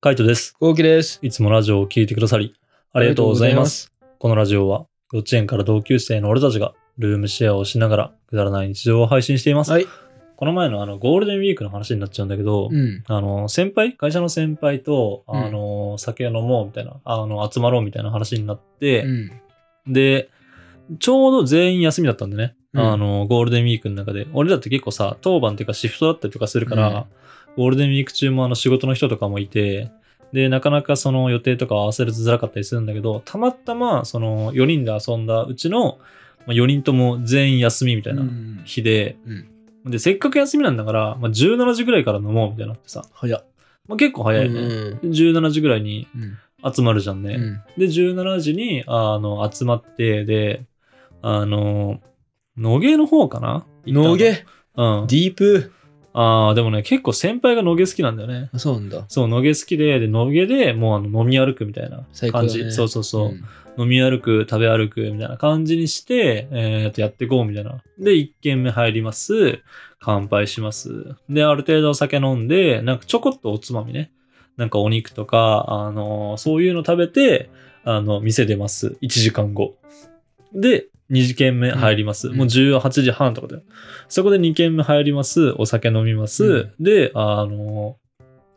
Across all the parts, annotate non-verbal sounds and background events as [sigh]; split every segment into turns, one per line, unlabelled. カイトです。
こうきです。
いつもラジオを聴いてくださり、ありがとうございます。このラジオは、幼稚園から同級生の俺たちが、ルームシェアをしながら、くだらない日常を配信しています。
はい。
この前のあのゴールデンウィークの話になっちゃうんだけど、
うん。
あの、先輩、会社の先輩と、
うん
あの、酒飲もうみたいな、あの、集まろうみたいな話になって、
うん。
で、ちょうど全員休みだったんでね、
うん
あの、ゴールデンウィークの中で、俺だって結構さ、当番っていうかシフトだったりとかするから、ゴールデンウィーク中もあの仕事の人とかもいて、で、なかなかその予定とか合わせるづらかったりするんだけど、たまたまその4人で遊んだうちの4人とも全員休みみたいな
うん
日で、
うん
で、せっかく休みなんだから、まあ、17時ぐらいから飲もうみたいになってさ、
早っ。
まあ、結構早いね。
うん
17時ぐらいに
うん。
集まるじゃんね。
うん。
で、17時に、あの、集まって、で、あの、野毛の方かな
野
行っ
毛
たのうん
デ。ィープ
ああ、でもね、結構先輩が野毛好きなんだよね。
あそうなんだ。
そう、野毛好きで、で、野毛でもうあの飲み歩くみたいな
最高だ
感
ね
じ。そうそうそう、
ん
飲み歩く、食べ歩くみたいな感じにして、えー、と、やっていこうみたいな。で、1軒目入ります。乾杯します。で、ある程度お酒飲んで、なんかちょこっとおつまみね。なんかお肉とか、あのーそういうの食べて、あの、店出ます。1時間後。で、2軒目入ります。
うん
もう18時半とかだよ。そこで2軒目入ります。お酒飲みます。
う
で、あの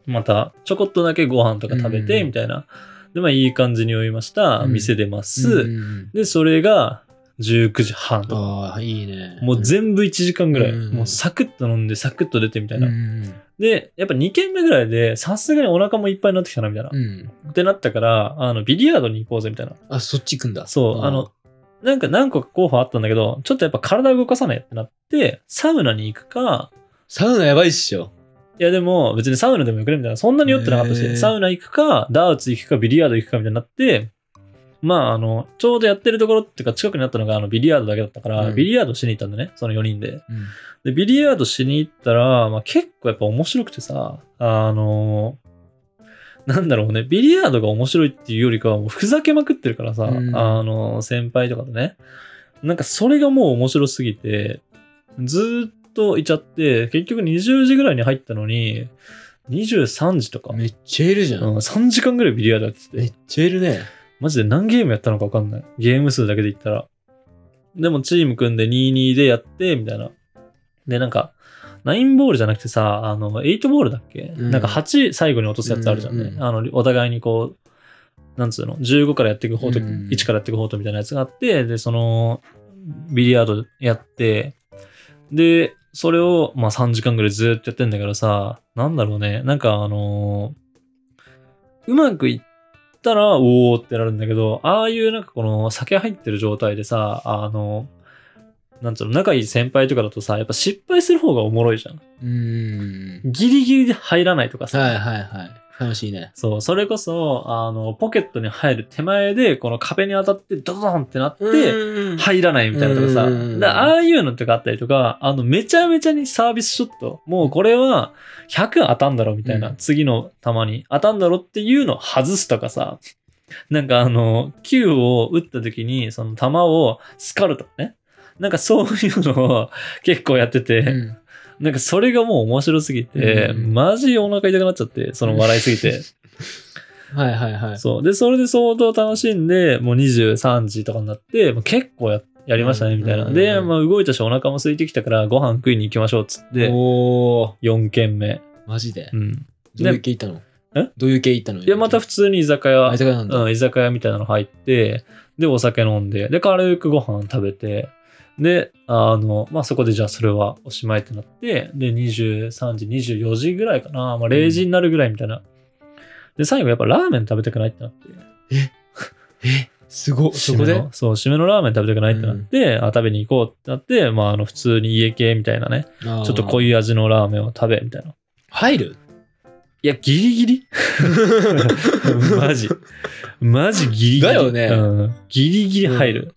ーまた、ちょこっとだけご飯とか食べて、
うん
みたいな。で、まあ、いい感じに酔いました。
うん
店出ます。
うん
で、それが19時半とか。
ああ、いいね。
もう全部1時間ぐらい。
うん
もうサクッと飲んで、サクッと出てみたいな。
うん
で、やっぱ2軒目ぐらいで、さすがにお腹もいっぱいになってきたな、みたいな。
うん。うん
ってなったから、あの、ビリヤードに行こうぜ、みたいな。
あ、そっち行くんだ。
そう、あの、、なんか何個か候補あったんだけど、ちょっとやっぱ体動かさないってなって、サウナに行くか、
サウナやばいっしょ。
いやでも別にサウナでもよくねみたいな、そんなに酔ってなかった
へ
し、
ー
サウナ行くか、ダーツ行くか、ビリヤード行くかみたいになって、まああの、ちょうどやってるところっていうか近くにあったのがあのビリヤードだけだったから、
うん
ビリヤードしに行ったんだね、その4人で。
うん
で、ビリヤードしに行ったら、まあ、結構やっぱ面白くてさ、あのなんだろうね、ビリヤードが面白いっていうよりかは、もうふざけまくってるからさ、
うん
あの先輩とかとね、なんかそれがもう面白すぎて、ずーっといちゃって、結局20時ぐらいに入ったのに、23時とか、
めっちゃいるじゃ
うん
ん。
3時間ぐらいビリヤードやってて
め、っちゃいるね。
マジで何ゲームやったのか分かんない。ゲーム数だけで言ったら。でもチーム組んで2-2でやって、みたいな。で、なんか、9ボールじゃなくてさ、あの、8ボールだっけ、
うん
なんか8最後に落とすやつあるじゃんね。
うんうん
あの、お互いにこう、なんつうの、15からやっていく方と、
うんうん
1からやっていく方とみたいなやつがあって、で、その、ビリヤードやって、で、それを、まあ、3時間ぐらいずっとやってんだけどさ、なんだろうね、なんかあのーうまくいったら、おーってなるんだけど、ああいうなんかこの酒入ってる状態でさ、あのなんつうの、仲いい先輩とかだとさ、やっぱ失敗する方がおもろいじゃん。
うん。
ギリギリで入らないとかさ、
はいはいはい。楽しいね。
そう、それこそ、あの、ポケットに入る手前で、この壁に当たってドドンってなって、
うん
入らないみたいなとかさ、
うんうんうんうん
だああいうのとかあったりとか、あの、めちゃめちゃにサービスショット、もうこれは100当たんだろみたいな、
うん
次の球に当たんだろっていうのを外すとかさ、なんかあの、球を打った時に、その球をスカるとかね、なんかそういうのを結構やってて、
うん
なんかそれがもう面白すぎて、
うん
マジお腹痛くなっちゃって、その笑いすぎて。
はいはいはい。
そう。で、それで相当楽しんで、もう23時とかになって、もう結構ややりましたね、
うん
みたいな。
うん
で、まあ、動いたし、お腹も空いてきたから、ご飯食いに行きましょう、っつって、
おお
4軒目。
マジで
う。ん。
どういう系行ったの
え
どういう系行ったの
で、また普通に居酒屋
あ、い、たなんだ。
うん、居酒屋みたいなの入って、で、お酒飲んで、で、軽くご飯食べて、で、あの、まあ、そこでじゃあそれはおしまいってなって、で、23時、24時ぐらいかな、まあ、0時になるぐらいみたいな。で、最後やっぱラーメン食べたくないってなって。
え、すごっそ
締
こ
め
で
のそう、締めのラーメン食べたくないってなって、あ食べに行こうってなって、まあ、あの普通に家系みたいなね、
ちょ
ちょっと濃い味のラーメンを食べみたいな。
入る
いや、ギリギ [laughs] リマジ。マジギリギリ。
だよね
うんギリギリ入る。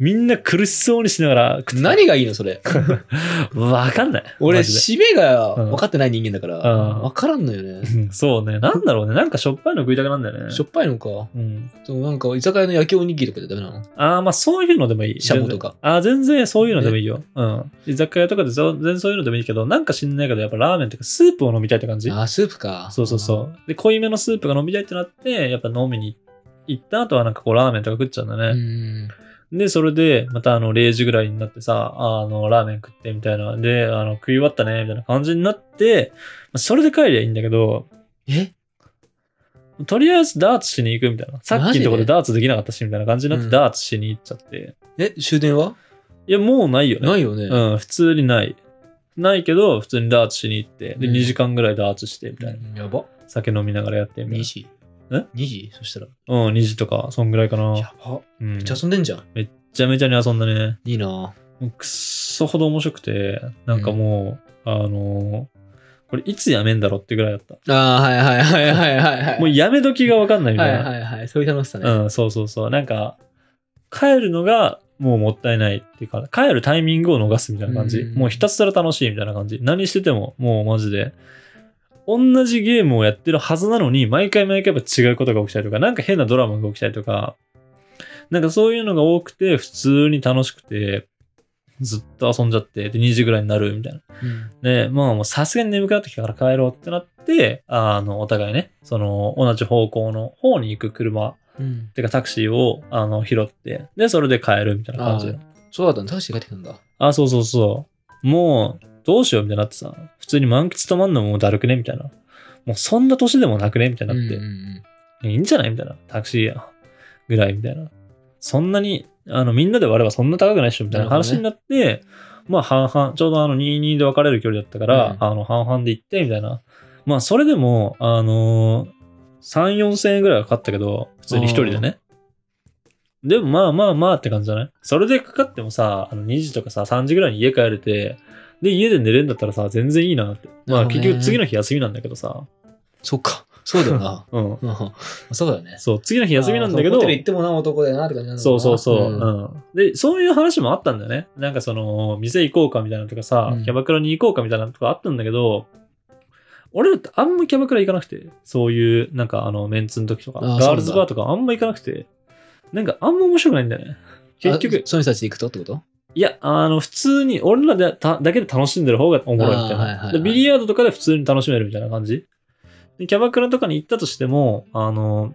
みんな苦しそうにしながら食って
何がいいのそれ。
た。 [laughs] わかんない。
俺、
マジで
締めが
うん
分かってない人間だから、
うん
分からんのよね。
うんそうね。なんだろうね。なんかしょっぱいの食いたくなんだよね。
しょっぱいのか。
うん。
そうなんか、居酒屋の焼きおにぎりとかでダメなの
ああ、まあそういうのでもいい。
シャモとか
全然ああ、全然そういうのでもいいよ。うん。居酒屋とかで全然そういうのでもいいけど、なんか知んないけど、やっぱラーメンとかスープを飲みたいって感じ。
あー、スープか。
そうそうそう。で、濃いめのスープが飲みたいってなって、やっぱ飲みに行った後はなんかこうラーメンとか食っちゃうんだ
う
ね。
ん。
で、それで、またあの0時ぐらいになってさ、あの、ラーメン食ってみたいな。で、あの、食い終わったね、みたいな感じになって、まあそれで帰りゃいいんだけど、
え
とりあえずダーツしに行くみたいな。さっきのところ
マジで
でダーツできなかったし、みたいな感じになっ
う
て
ん
ダーツしに行っちゃって。
え、終電はい
や、もうないよね。
ないよね。
うん、普通にない。ないけど、普通にダーツしに行って、で、
うん
2時間ぐらいダーツして、みたいな。
うんやば。
酒飲みながらやってみたいな。
2時。
え
?2 時そしたら。
うん、2時とか、そんぐらいかな。
やば。
うん、め
め
ち
っちゃ遊んでんじゃん。
ゃめちゃに遊んだね。
いいな
もうくっそほど面白くて、なんかもう、あのーこれいつやめんだろうってぐらいだった。
ああ、はいはいはいはいはいはい。
もうやめ時がわかんないみ
は
たい
い
な。
はいはい。そういう楽しさね。
うん、そうそうそう。なんか、帰るのがもうもったいないっていうか、帰るタイミングを逃すみたいな感じ。
うん
もうひたすら楽しいみたいな感じ。何してても、もうマジで。同じゲームをやってるはずなのに、毎回毎回やっぱ違うことが起きたりとか、なんか変なドラマが起きたりとか、なんかそういうのが多くて、普通に楽しくて、ずっと遊んじゃって、で、2時ぐらいになるみたいな。
うん
で、まあもうさすがに眠くなってきたから帰ろうってなって、あの、お互いね、その、同じ方向の方に行く車
うん。
てかタクシーをあの拾って、で、それで帰るみたいな感じの。
そうだったの。タクシーで帰ってきたんだ。
あ、そうそうそう。もう、どうしようみたいになってさ、普通に満喫止まんのもうだるくねみたいな。もうそんな年でもなくねみたいになって、
うんうん
いいんじゃないみたいな。タクシーや。ぐらいみたいな。そんなに、あの、みんなで割ればそんな高くないっしょみたいな
なるほど
話
ね
になって、まあ半々、ちょうどあの22で分かれる距離だったから、
うん
あの半々で行って、みたいな。まあそれでも、あのー3、4千円ぐらいはかかったけど、普通に一人でね。でもまあまあまあって感じじゃないそれでかかってもさ、あの2時とかさ、3時ぐらいに家帰れて、で、家で寝れんだったらさ、全然いいなって。ま
な
あ
るほどね
結局次の日休みなんだけどさ。
そっか。そうだよ [laughs] な。
うん。
うんそうだよね。
そう、次の日休みなんだけ
あーそう
ど
ホ、テル行ってもな男だよなって感じなんだろ
そうそうそう、
な
うんで、そういう話もあったんだよね。なんかその、店行こうかみたいなのとかさ、
うん
キャバクラに行こうかみたいなのとかあったんだけど、俺だってあんまキャバクラ行かなくて、そういう、なんかあの、メンツの時とか、
あー
ガールズバーとかあんま行かなくて、なんかあんま面白くないんだよね。結
あ
局、
その人たちで行くとってこと
いや、あの、普通に、俺らでただけで楽しんでる方がおもろいみたいな。
あーはいはいはい
でビリヤードとかで普通に楽しめるみたいな感じ。でキャバクラとかに行ったとしても、あの、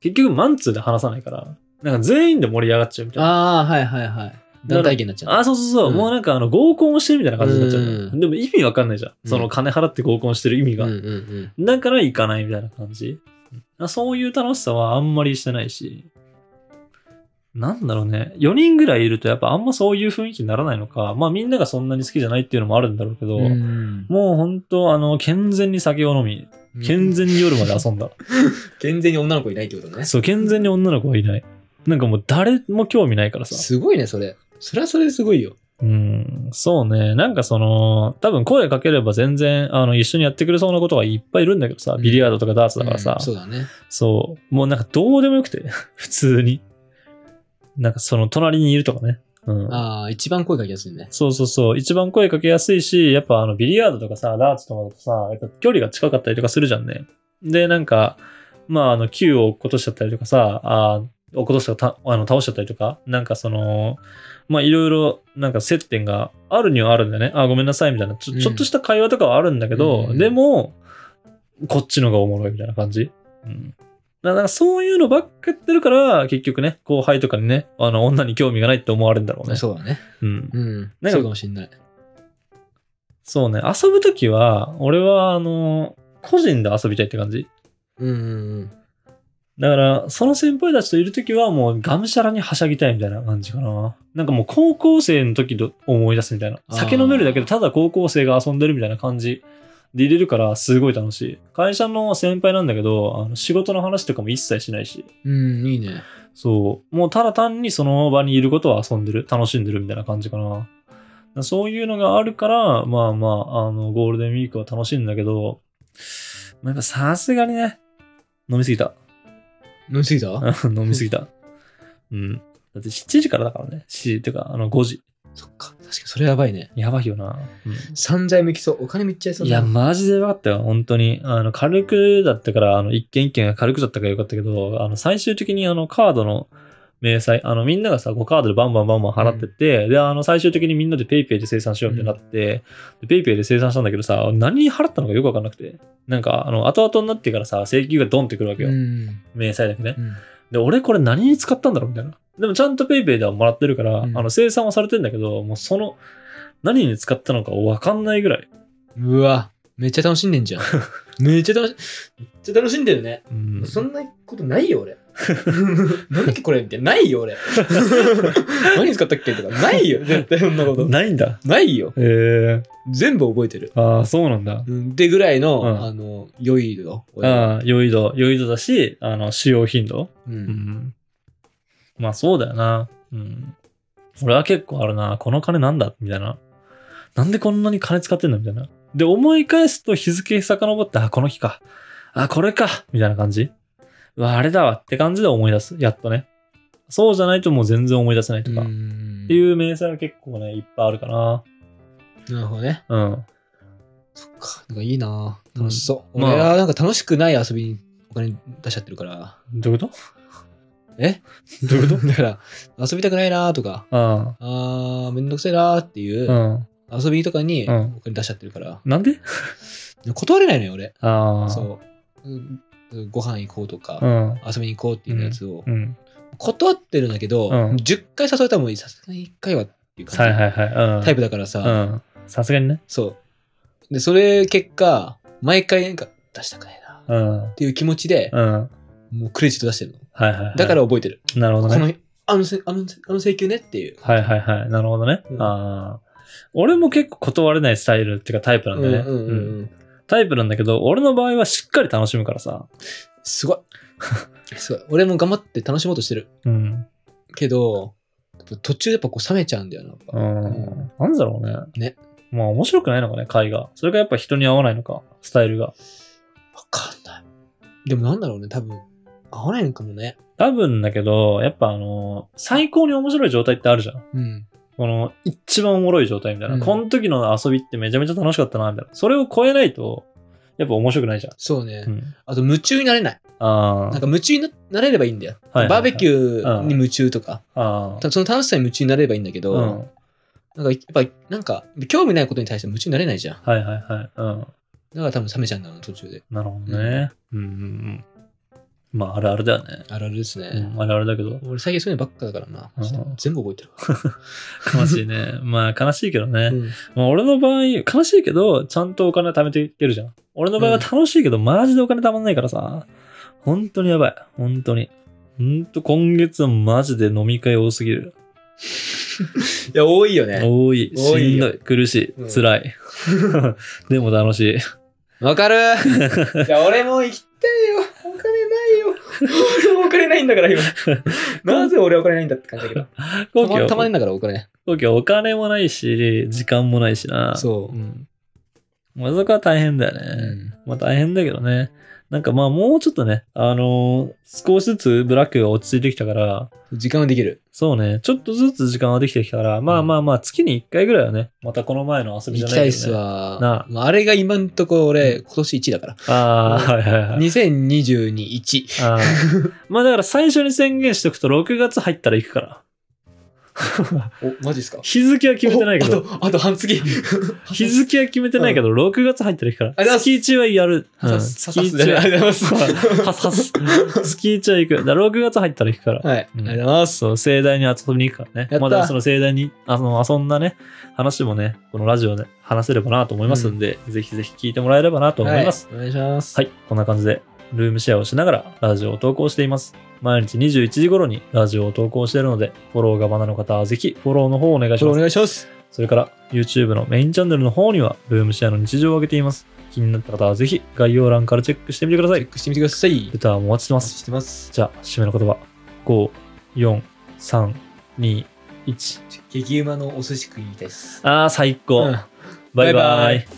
結局マンツーで話さないから、なんか全員で盛り上がっちゃうみたいな。
ああ、はいはいはい。団体芸になっちゃう。
あ、そうそうそう、
うん
もうなんかあの合コンをしてるみたいな感じになっちゃうのよ
うん
でも意味わかんないじゃん。
うん
その金払って合コンしてる意味が。
うんうんうん。
だから行かないみたいな感じ。そういう楽しさはあんまりしてないし。なんだろうね。4人ぐらいいるとやっぱあんまそういう雰囲気にならないのか。まあみんながそんなに好きじゃないっていうのもあるんだろうけど。
うん
もう本当あの、健全に酒を飲み、健全に夜まで遊
[laughs]
んだ。
健全に女の子いないってことね。
そう、健全に女の子はいない。なんかもう誰も興味ないからさ。
すごいね、それ。それはそれですごいよ。
うん、そうね。なんかその、多分声かければ全然、あの、一緒にやってくれそうなことがいっぱいいるんだけどさ、ビリヤードとかダーツだからさ
うん。そうだね。
そう。もうなんかどうでもよくて、 [laughs] 普通に。なんかその隣にいるとかね。うん。
ああ、一番声かけやすいね。
そうそうそう。一番声かけやすいし、やっぱあのビリヤードとかさ、ダーツとかだとさ、やっぱ距離が近かったりとかするじゃんね。で、なんか、まああの、球を落っことしちゃったりとかさ、あー落っことしたたあの倒しちゃったりとか、なんかその、まあいろいろなんか接点があるにはあるんだよね。あーごめんなさいみたいなちょ。
うん
ちょっとした会話とかはあるんだけど、
うん
でも、こっちのがおもろいみたいな感じ。うん。だからそういうのばっかやってるから、結局ね、後輩とかにね、あの、女に興味がないって思われるんだろうね。
そうだね。
うん。
うん。
なんか
そうかもしんない。
そうね、遊ぶときは、俺は、あの、個人で遊びたいって感じ。
うんうんうん。
だから、その先輩たちといるときは、もう、がむしゃらにはしゃぎたいみたいな感じかな。なんかもう、高校生の時と思い出すみたいな。
あー
酒飲めるだけで、ただ高校生が遊んでるみたいな感じで入れるから、すごい楽しい。会社の先輩なんだけど、あの仕事の話とかも一切しないし、
うん、いいね。
そう。もう、ただ単にその場にいることを遊んでる、楽しんでるみたいな感じかな。そういうのがあるから、まあまあ、あの、ゴールデンウィークは楽しいんだけど、まあやっぱさすがにね、飲みすぎた。 [laughs]
飲みすぎた
飲みすぎた。うん。だって7時からだからね。7時っていうか、あの5時。
そっか。確かにそれやばいね。
やばいよな。
散財も行きそう。お金も行っちゃい
うん
そう
い
だ
や、
な
マジでよかったよ、本当に。あの、軽くだったから、あの、一件一件が軽くだったからよかったけど、あの、最終的にあの、カードの明細、あの、みんながさ、こうカードでバンバンバンバン払ってって、で、あの、最終的にみんなでペイペイで生産しようってなって、でペイペイで生産したんだけどさ、何に払ったのかよくわかんなくて。なんか、あの、後々になってからさ、請求がドンってくるわけよ。
うん。
明細だけね。
うん
で、俺これ何に使ったんだろうみたいな。でもちゃんと PayPay ではもらってるから、
うん
あの生産はされてんだけど、もうその何に使ったのか分かんないぐらい。
うわ、めっちゃ楽しんでんじ [laughs] ゃん。めっちゃ楽し、めっちゃ楽しんでるね。
うん、
そんなことないよ、 [laughs] 俺。なんだっけ、これみたいな。ないよ、俺。 [laughs] 何使ったっけとか。ないよ、絶 [laughs] 対そんなこと。
ないんだ。
ないよ。
へえ
全部覚えてる。
ああ、そうなんだ。
うんってぐらいの、
うん
あの、良いよ。俺は
ああ、余裕度、余裕度だし、あの、使用頻度。
う。
うんん。まあそうだよな。うん。俺は結構あるな。この金なんだみたいな。なんでこんなに金使ってんだみたいな。で、思い返すと日付遡って、あ、この日か。あ、これか。みたいな感じ。うわ、あれだわって感じで思い出す。やっとね。そうじゃないともう全然思い出せないとか。
う
っ
ん
ていう明細が結構ね、いっぱいあるかな。
なるほどね。
うん。
そっか。なんかいいな楽しそう。
うん
俺
ま
はなんか楽しくない遊びにお金出しちゃってるから。
どういうこ
え [laughs]
とどういうこと
だから、遊びたくないなとか、
あ
あー、めんどくせえなってい
あ。う
う、
ん。
遊びとかに
うん
お金出しちゃってるから。
なんで
断れないのよ、俺。
ああ。
そううん。ご飯行こうとか、
うん。
遊びに行こうっていうやつを
う、ん。
断ってるんだけど、
うん
10回誘えたらもうさすがに1回はっていう
はい
感じ、
はいはい。うん。
タイプだからさ、
うん。さすがにね。
そう。で、それ結果、毎回なんか出したくないなっ
うん。
ていう気持ちで、
うん。はい
もうクレジット出してるの。
はい、はい。
だから、覚えてる。
なるほど
こ
ね。
の、あのせ、あのせ、あの請求ねっていう。
はいはいはい。なるほどね。
うん
ああ。俺も結構断れないスタイルっていうかタイプなんだね、
うんうんうんうん
タイプなんだけど、俺の場合はしっかり楽しむから
[laughs]
さ。
すごい。すごい。俺も頑張って楽しもうとしてる。
うん。
けど、途中やっぱこう冷めちゃうんだよな。やっぱ
うん。
うん
なんだろうね。
ね。
まあ面白くないのかね、絵画。それがやっぱ人に合わないのか、スタイルが。
わかんない。でもなんだろうね、多分、合わないのかもね。
多分だけど、やっぱあの、最高に面白い状態ってあるじゃん。
うん。
この、一番おもろい状態みたいな。
うん
この時の遊びってめちゃめちゃ楽しかったな、みたいな。それを超えないと、やっぱ面白くないじゃん。
そうね。
うん。
あと、夢中になれない。
あ
な
あ
ん。か夢中にななれればいいんだよ。
はいはいはい
バーベキューに夢中とか、
ああ。
その楽しさに夢中になれればいいんだけど、
うん。
なんか、やっぱ、なんか、興味ないことに対して夢中になれないじゃん。だ
はいはいはい。うん。
から多分冷めちゃうんだろうな、途中で。
なるほどね。うんうんうん。まあ、あるあるだよね。
あるあるです
う
ね。
ん、あるあるだけ
[laughs]
ど。
俺最近そういうのばっかだからな
うん。
全部覚えてるわ。
悲しいね。まあ、悲しいけどね。
うん
まあ、俺の場合、悲しいけど、ちゃんとお金貯めていってるじゃん。俺の場合は楽しいけど、マジでお金貯まんないからさ。本当にやばい。本当に。本当今月はマジで飲み会多すぎる。
いや、多いよね。
多い。
多
し
い
んど
よ
い。苦し
う
い。
ん
辛
[laughs]
い。でも楽しい。
わかる
[laughs]
いや、俺も行きたいよ。お金ない
[laughs]
よ。俺もお金ないんだから、今。なぜ俺はお金ないんだって感じだけど。
後
た
期
ま
は
たまねんだから、お金。
後期はお金もないし、時間もないしな。
そうう。
ん。まあそこは大変だよね。
うん
まあ大変だけどね。なんかまあもうちょっとね、あのー少しずつブラックが落ち着いてきたから、
時間はできる。
そうね、ちょっとずつ時間はできてきたから、まあまあまあ月に1回ぐらいはね、またこの前の遊びじ
行
ゃ
き
な
たい
い
っ
け
す
ど、ね。
わ。
なあ
まあ、あれが今んとこ俺、今年1位だから。
ああ、はいはいはい。
2022、1。
あ
[laughs]
ーまあだから最初に宣言しとくと6月入ったら行くから。
お、マジっすか
日付は決めてないけど、
おあと、あと半月。
日付は決めてないけど、6月入ったら行くか
ありがとうござい
ら。
ます
月1はやる。う
刺
ん、
す
月
刺す
1
ねあ
は
り。がとうございます。 [laughs]
はすはす。月1は行く。だから6月入ったら行くから。
はい。あ
う
り
ん
がとうございます。
そう、盛大に遊びに行くからね
や。った
まだその盛大にあの遊んだね、話もね、このラジオで話せればなと思いますんで、ぜひぜひ聞いてもらえればなと思います。
はい。お願いします。
はい、こんな感じで、ルームシェアをしながらラジオを投稿しています。毎日21時頃にラジオを投稿しているので、フォローがまだの方はぜひフォローの方をお願いし
お
ます。
願いします。
それから YouTube のメインチャンネルの方には、ルームシェアの日常を上げています。気になった方はぜひ概要欄からチェックしてみてくださ
チェ
い
ッ。クしてみてください
レ。ターもお待ちしてま
お待
す
ち。してます。
じゃあ、締めの言葉。5、4、3、2、1。
激うまのお寿司食いみたいです。
あー、最高。
うん
バイバ
バイバ
イ
イ。